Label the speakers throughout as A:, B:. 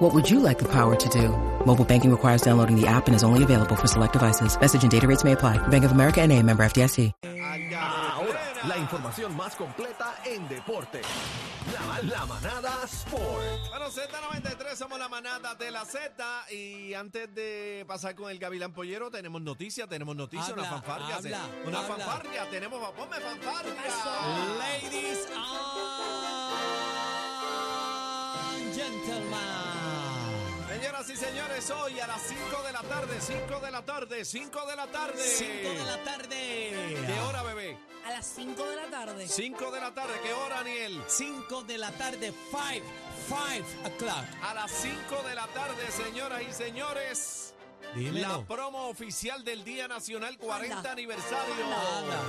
A: What would you like the power to do? Mobile banking requires downloading the app and is only available for select devices. Message and data rates may apply. Bank of America and a member FDIC.
B: Ahora, la información más completa en deporte. La, la manada Sport.
C: Bueno, Z93, somos la manada de la Z. Y antes de pasar con el Gavilán Pollero, tenemos noticia, tenemos noticia,
D: Habla,
C: una fanfarria. se-
D: habla,
C: una
D: habla.
C: fanfarria, tenemos, ponme fanfarria.
D: Ladies and gentlemen.
C: Señoras y señores, hoy a las 5 de la tarde, 5 de la tarde, 5 de la tarde.
D: 5 de la tarde.
C: ¿Qué hora, bebé?
E: A las 5 de la tarde.
C: 5 de la tarde, ¿qué hora, Aniel?
D: 5 de la tarde, 5, 5 o'clock.
C: A las 5 de la tarde, señoras y señores, la
D: Dímelo.
C: promo oficial del Día Nacional 40
E: Anda.
C: aniversario.
D: Anda,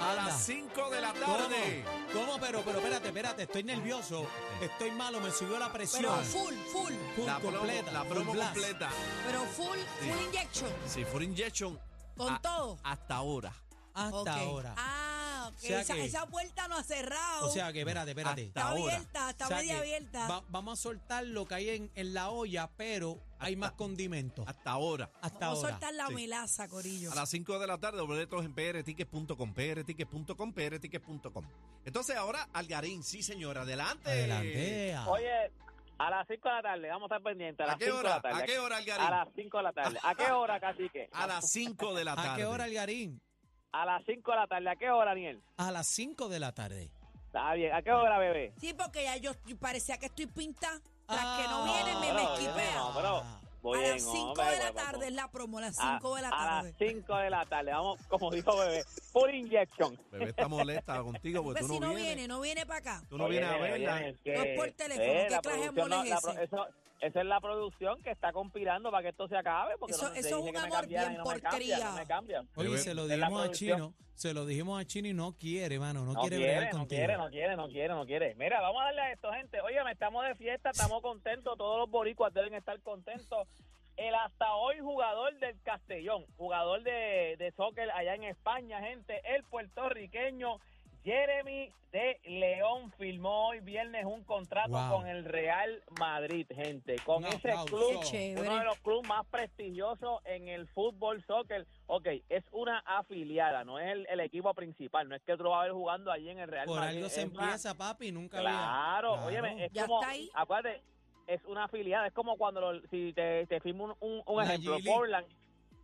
C: A
D: anda.
C: las 5 de la
D: ¿Cómo?
C: tarde.
D: ¿Cómo? Pero, pero espérate, espérate, estoy nervioso, estoy malo, me subió la presión.
E: Pero full, full.
D: Full
C: La promo,
D: completa,
C: la
D: full
C: promo
D: blast.
C: completa.
E: Pero full, full injection.
C: Si fuera injection.
E: Con
C: a-
E: todo.
C: Hasta ahora.
D: Hasta
E: Ok.
D: ahora.
E: Ah, ok.
D: O sea
E: esa,
D: que-
E: esa puerta no ha cerrado.
D: O sea que, espérate, espérate.
E: está
C: hasta ahora.
E: abierta, está
D: O sea
E: media
D: que
E: abierta.
D: va- vamos a soltar lo que hay en, en la olla, pero hay más condimentos. Hasta,
C: Hasta ahora.
E: Vamos
D: ahora.
E: a soltar la
C: sí.
E: melaza, Corillo.
C: A las 5 de la tarde, boletos en prtickets.com, prtickets.com, prtickets.com. Entonces ahora, Algarín, sí señora, adelante.
D: Adelante.
F: Oye, a las 5 de la tarde, vamos a estar pendientes. A,
C: Ah. ¿A
F: las
C: qué
F: 5 de
C: hora?
F: la tarde.
C: ¿A qué hora,
F: A
C: Algarín?
F: las 5 de la tarde. ¿A qué hora, cacique?
C: A las 5 de la tarde.
D: ¿A qué hora, Algarín?
F: A las 5 de la tarde. ¿A qué hora, Daniel?
D: A las 5 de la tarde.
F: Está bien. ¿A qué hora, bebé?
E: Sí, porque ya yo parecía que estoy pinta. Las
D: Ah,
E: que no vienen me, me
F: no,
E: esquipean.
F: no, pero voy
E: a
F: bien,
E: las 5
F: hombre, pues,
E: de la
F: voy, voy,
E: tarde
F: voy.
E: es la promo, a las
F: A-
E: 5 de la
F: A
E: tarde.
F: las 5 de la tarde. Vamos, como dijo bebé, full injection.
C: Bebé está molesta contigo porque
E: Pues
C: tú
E: si
C: no,
E: no
C: vienes.
E: viene, no viene para acá.
C: Tú no
F: Oye,
C: vienes a
F: nene,
C: verla.
F: oye, nene, que-
E: No es por teléfono,
F: eh,
E: ¿qué
F: la
E: clase de
F: producción
E: mole
F: no-
E: es
F: la pro-
E: ese?
F: Eso, eso es la producción que está conspirando para que esto se acabe. Porque
E: Eso-
F: no, te
E: eso es
F: dije
E: un
F: que me
E: amor
F: cambiaran
E: bien
F: y no me cambian,
E: porquería.
F: no me cambian.
D: Oye,
C: Bebé.
D: se lo
F: Es la
D: dijimos a
F: producción.
D: Chino. Se lo dijimos a Chino y no quiere, mano. No,
F: No
D: quiere
F: quiere,
D: bregar
F: no
D: contigo.
F: quiere, no quiere, no quiere, no quiere. Mira, vamos a darle a esto, gente. Oye, estamos de fiesta, estamos contentos, todos los boricuas deben estar contentos. El hasta hoy jugador del Castellón, jugador de, de soccer allá en España, gente, el puertorriqueño Jeremy de León firmó hoy viernes un contrato
D: Wow.
F: con el Real Madrid, gente, con
D: Un
F: ese
D: aplauso.
F: club
E: Qué chévere.
F: uno de los clubes más prestigiosos en el fútbol soccer. Ok, es una afiliada, no es el, el equipo principal, no es que tú lo vas a ver jugando allí en el Real
D: Por
F: Madrid.
D: algo se
F: es más-
D: empieza, papi. Nunca había.
F: Claro,
D: Claro.
F: óyeme, es
E: Ya
F: como,
E: está ahí.
F: acuérdate, es una afiliada, es como cuando lo- si te, te firma un, un, un
D: La
F: ejemplo,
D: G League.
F: Portland.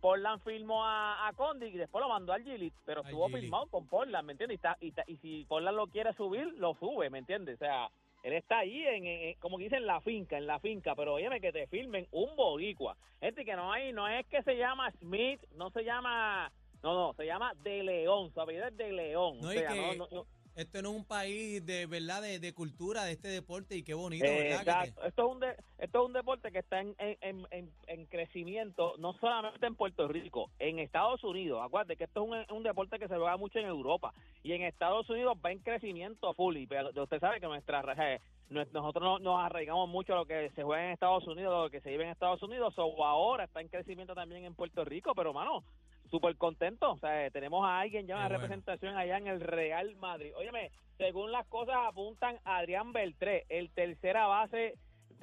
F: Portland firmó a, a Condi y después lo mandó al Gilit, pero
D: Al
F: estuvo
D: G League.
F: firmado con Portland, ¿me entiendes? Y, está- y está- y si Portland lo quiere subir, lo sube, ¿me entiendes? O sea, él está ahí, en, en- en- como dicen, en la finca, en la finca, pero óyeme que te firmen un boricua. Gente que no hay, no es que se llama Smith, no se llama, no, no, se llama De León, su apellido es De León.
D: No,
F: o
D: y
F: sea,
D: que-
F: no- no-
D: Esto no es un país de verdad, de, de cultura, de este deporte. Y qué bonito, ¿verdad? Que te-
F: Exacto. Esto es un de- esto es un deporte que está en, en- en- en- en crecimiento, no solamente en Puerto Rico, en Estados Unidos. Acuérdate que esto es un, un deporte que se juega mucho en Europa y en Estados Unidos va en crecimiento full. Y pero usted sabe que nuestra eh, nos- nosotros no- nos arraigamos mucho a lo que se juega en Estados Unidos, a lo que se vive en Estados Unidos, o ahora está en crecimiento también en Puerto Rico, pero mano, súper contento. O sea, eh, tenemos a alguien ya en
D: Qué
F: la
D: bueno.
F: representación allá en el Real Madrid. Óyeme, según las cosas apuntan, Adrián Beltré, el tercera base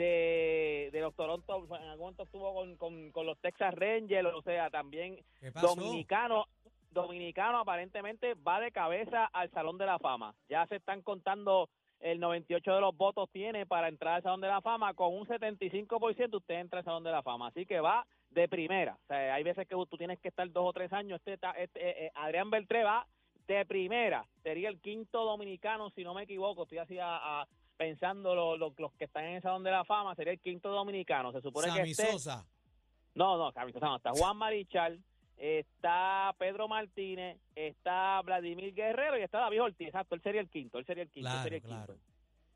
F: de, de los Toronto, en algún momento estuvo con, con, con los Texas Rangers, o sea, también
D: ¿Qué pasó?
F: dominicano. Dominicano aparentemente va de cabeza al Salón de la Fama. Ya se están contando el 98 de los votos tiene para entrar al Salón de la Fama. Con un 75% usted entra al Salón de la Fama. Así que va de primera. O sea, hay veces que tú tienes que estar dos o tres años. Este, está- este, eh, eh, Adrián Beltré va de primera. Sería el quinto dominicano, si no me equivoco. Estoy así a- a- pensando lo- lo- los que están en el Salón de la Fama. Sería el quinto dominicano. Se supone que este-
D: Sammy
F: esté-
D: Sosa.
F: no, no, Camilo Sano, Está Juan Marichal, está Pedro Martínez, está Vladimir Guerrero y está David Ortiz. Exacto, él sería el quinto, él sería el quinto, él
D: Claro,
F: sería el
D: claro.
F: quinto.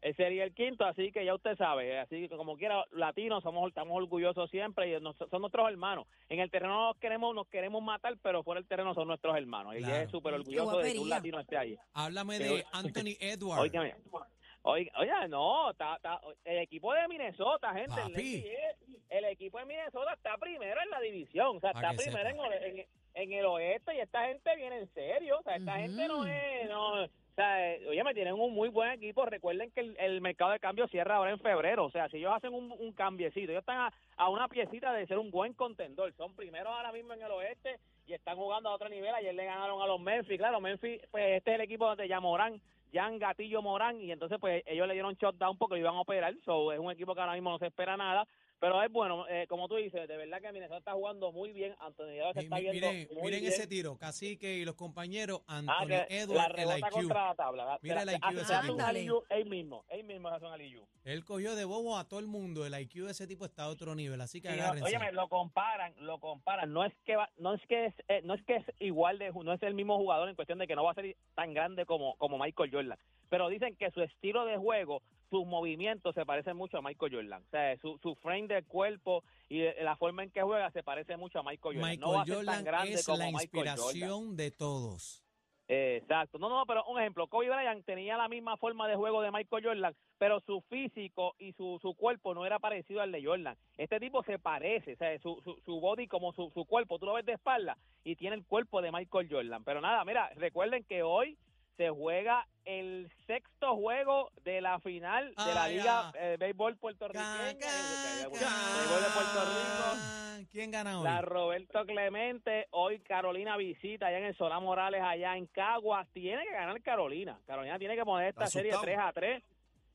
F: Él sería el quinto, así que ya usted sabe, así que como quiera, latinos somos estamos orgullosos siempre y nos- son nuestros hermanos. En el terreno nos queremos nos queremos matar, pero fuera del terreno son nuestros hermanos. Y
D: Claro.
F: es súper orgulloso de que un
E: guapería.
F: latino esté allí.
D: Háblame de
F: Pero-
D: Anthony Edwards.
F: Óigame. Oiga, oiga, no, está- está- el equipo de Minnesota, gente, el
D: Papi.
F: NBA, el, equipo de Minnesota está primero en la división, o sea,
D: Pa'
F: está
D: que
F: primero en,
D: sepa.
F: en- en el oeste y esta gente viene en serio, o sea, esta
E: Ujú.
F: gente no es, no, o sea, eh, oye, me tienen un muy buen equipo, recuerden que el, el mercado de cambio cierra ahora en febrero, o sea, si ellos hacen un, un cambiecito, ellos están a, a una piecita de ser un buen contendor, son primeros ahora mismo en el oeste y están jugando a otro nivel, ayer le ganaron a los Memphis, claro, Memphis, pues este es el equipo donde ya Morán Jan Gatillo Morán y entonces pues ellos le dieron shutdown porque lo iban a operar, so es un equipo que ahora mismo no se espera nada, pero es bueno, eh, como tú dices, de verdad que Minnesota está jugando muy bien, Anthony Edwards se
D: Y
F: está
D: mi-
F: viendo
D: miren
F: muy
D: miren
F: bien.
D: ese tiro, Cacique y los compañeros, Anthony
F: Ah, que la
D: Edwards, el
F: rebota
D: IQ.
F: contra la tabla.
D: Mira el
F: Se-
D: IQ
F: hace-
D: de
F: se
D: ese
F: hace un
E: tipo.
F: alley-oop, él mismo, él mismo hace un alley-oop.
D: Él cogió de bobo a todo el mundo. El IQ de ese tipo está a otro nivel, así que
F: Sí,
D: agárrense.
F: óyeme, lo comparan, lo comparan. No es que va- no es que es, eh, no es que es igual de ju- no es el mismo jugador en cuestión de que no va a ser tan grande como como Michael Jordan, pero dicen que su estilo de juego, sus movimientos se parecen mucho a Michael Jordan. O sea, su, su frame del cuerpo y eh, la forma en que juega se parece mucho a Michael Jordan.
D: Michael
F: no va a ser tan
D: Jordan
F: grande
D: es
F: como
D: la
F: Michael Jordan.
D: inspiración de todos.
F: Exacto. No, no, no, pero un ejemplo, Kobe Bryant tenía la misma forma de juego de Michael Jordan, pero su físico y su, su cuerpo no era parecido al de Jordan. Este tipo se parece, o sea, su, su, su body como su, su cuerpo, tú lo ves de espalda y tiene el cuerpo de Michael Jordan. Pero nada, mira, recuerden que hoy se juega el sexto juego de la final de la
D: Ah, ya.
F: Liga eh, Béisbol Puertorriqueña.
D: Ca, ca,
F: Béisbol de Puerto Rico.
D: ca. ¿Quién gana hoy?
F: La Roberto Clemente, hoy Carolina visita allá en el Solá Morales, allá en Caguas. Tiene que ganar Carolina. Carolina tiene que poner esta
C: Está
F: serie
C: asustado.
F: 3 a 3.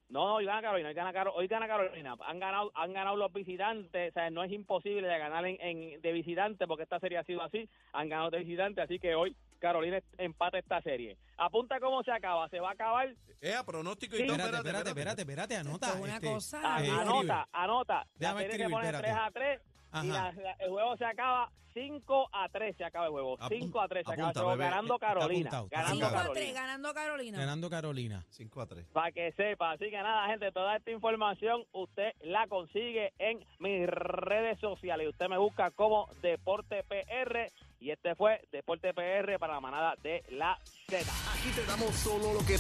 F: No, no, hoy gana Carolina, hoy gana, Caro- hoy gana Carolina. Han ganado, han ganado los visitantes, o sea, no es imposible de ganar en, en- de visitante porque esta serie ha sido así. Han ganado de visitante, así que hoy Carolina empata esta serie. Apunta cómo se acaba, se va a acabar.
C: Eh, a pronóstico y
F: Sí.
C: todo.
D: Espérate, espérate, espérate, espérate, anota.
E: Esto es una
D: este,
E: cosa.
F: Ah,
D: eh, escribe.
F: anota, anota. La
D: Déjame
F: serie que
D: escribir,
F: pone
D: espérate.
F: 3 a 3 y
D: Ajá.
F: la- la- el juego se acaba 5 a 3 se acaba el juego.
C: Apun-
F: 5 a 3 se acaba el
C: apunta,
F: juego.
C: bebé.
F: Ganando
D: Está
F: Carolina.
D: apuntado, está
F: ganando
C: apuntado.
E: 5 a 3,
F: Carolina.
E: ganando Carolina.
D: Ganando Carolina.
C: 5 a 3.
F: Para que sepa. Así que nada, gente, toda esta información usted la consigue en mis redes sociales. Usted me busca como Deporte PR. Y este fue Deporte PR para la manada de la Z.
B: Aquí te damos solo lo que te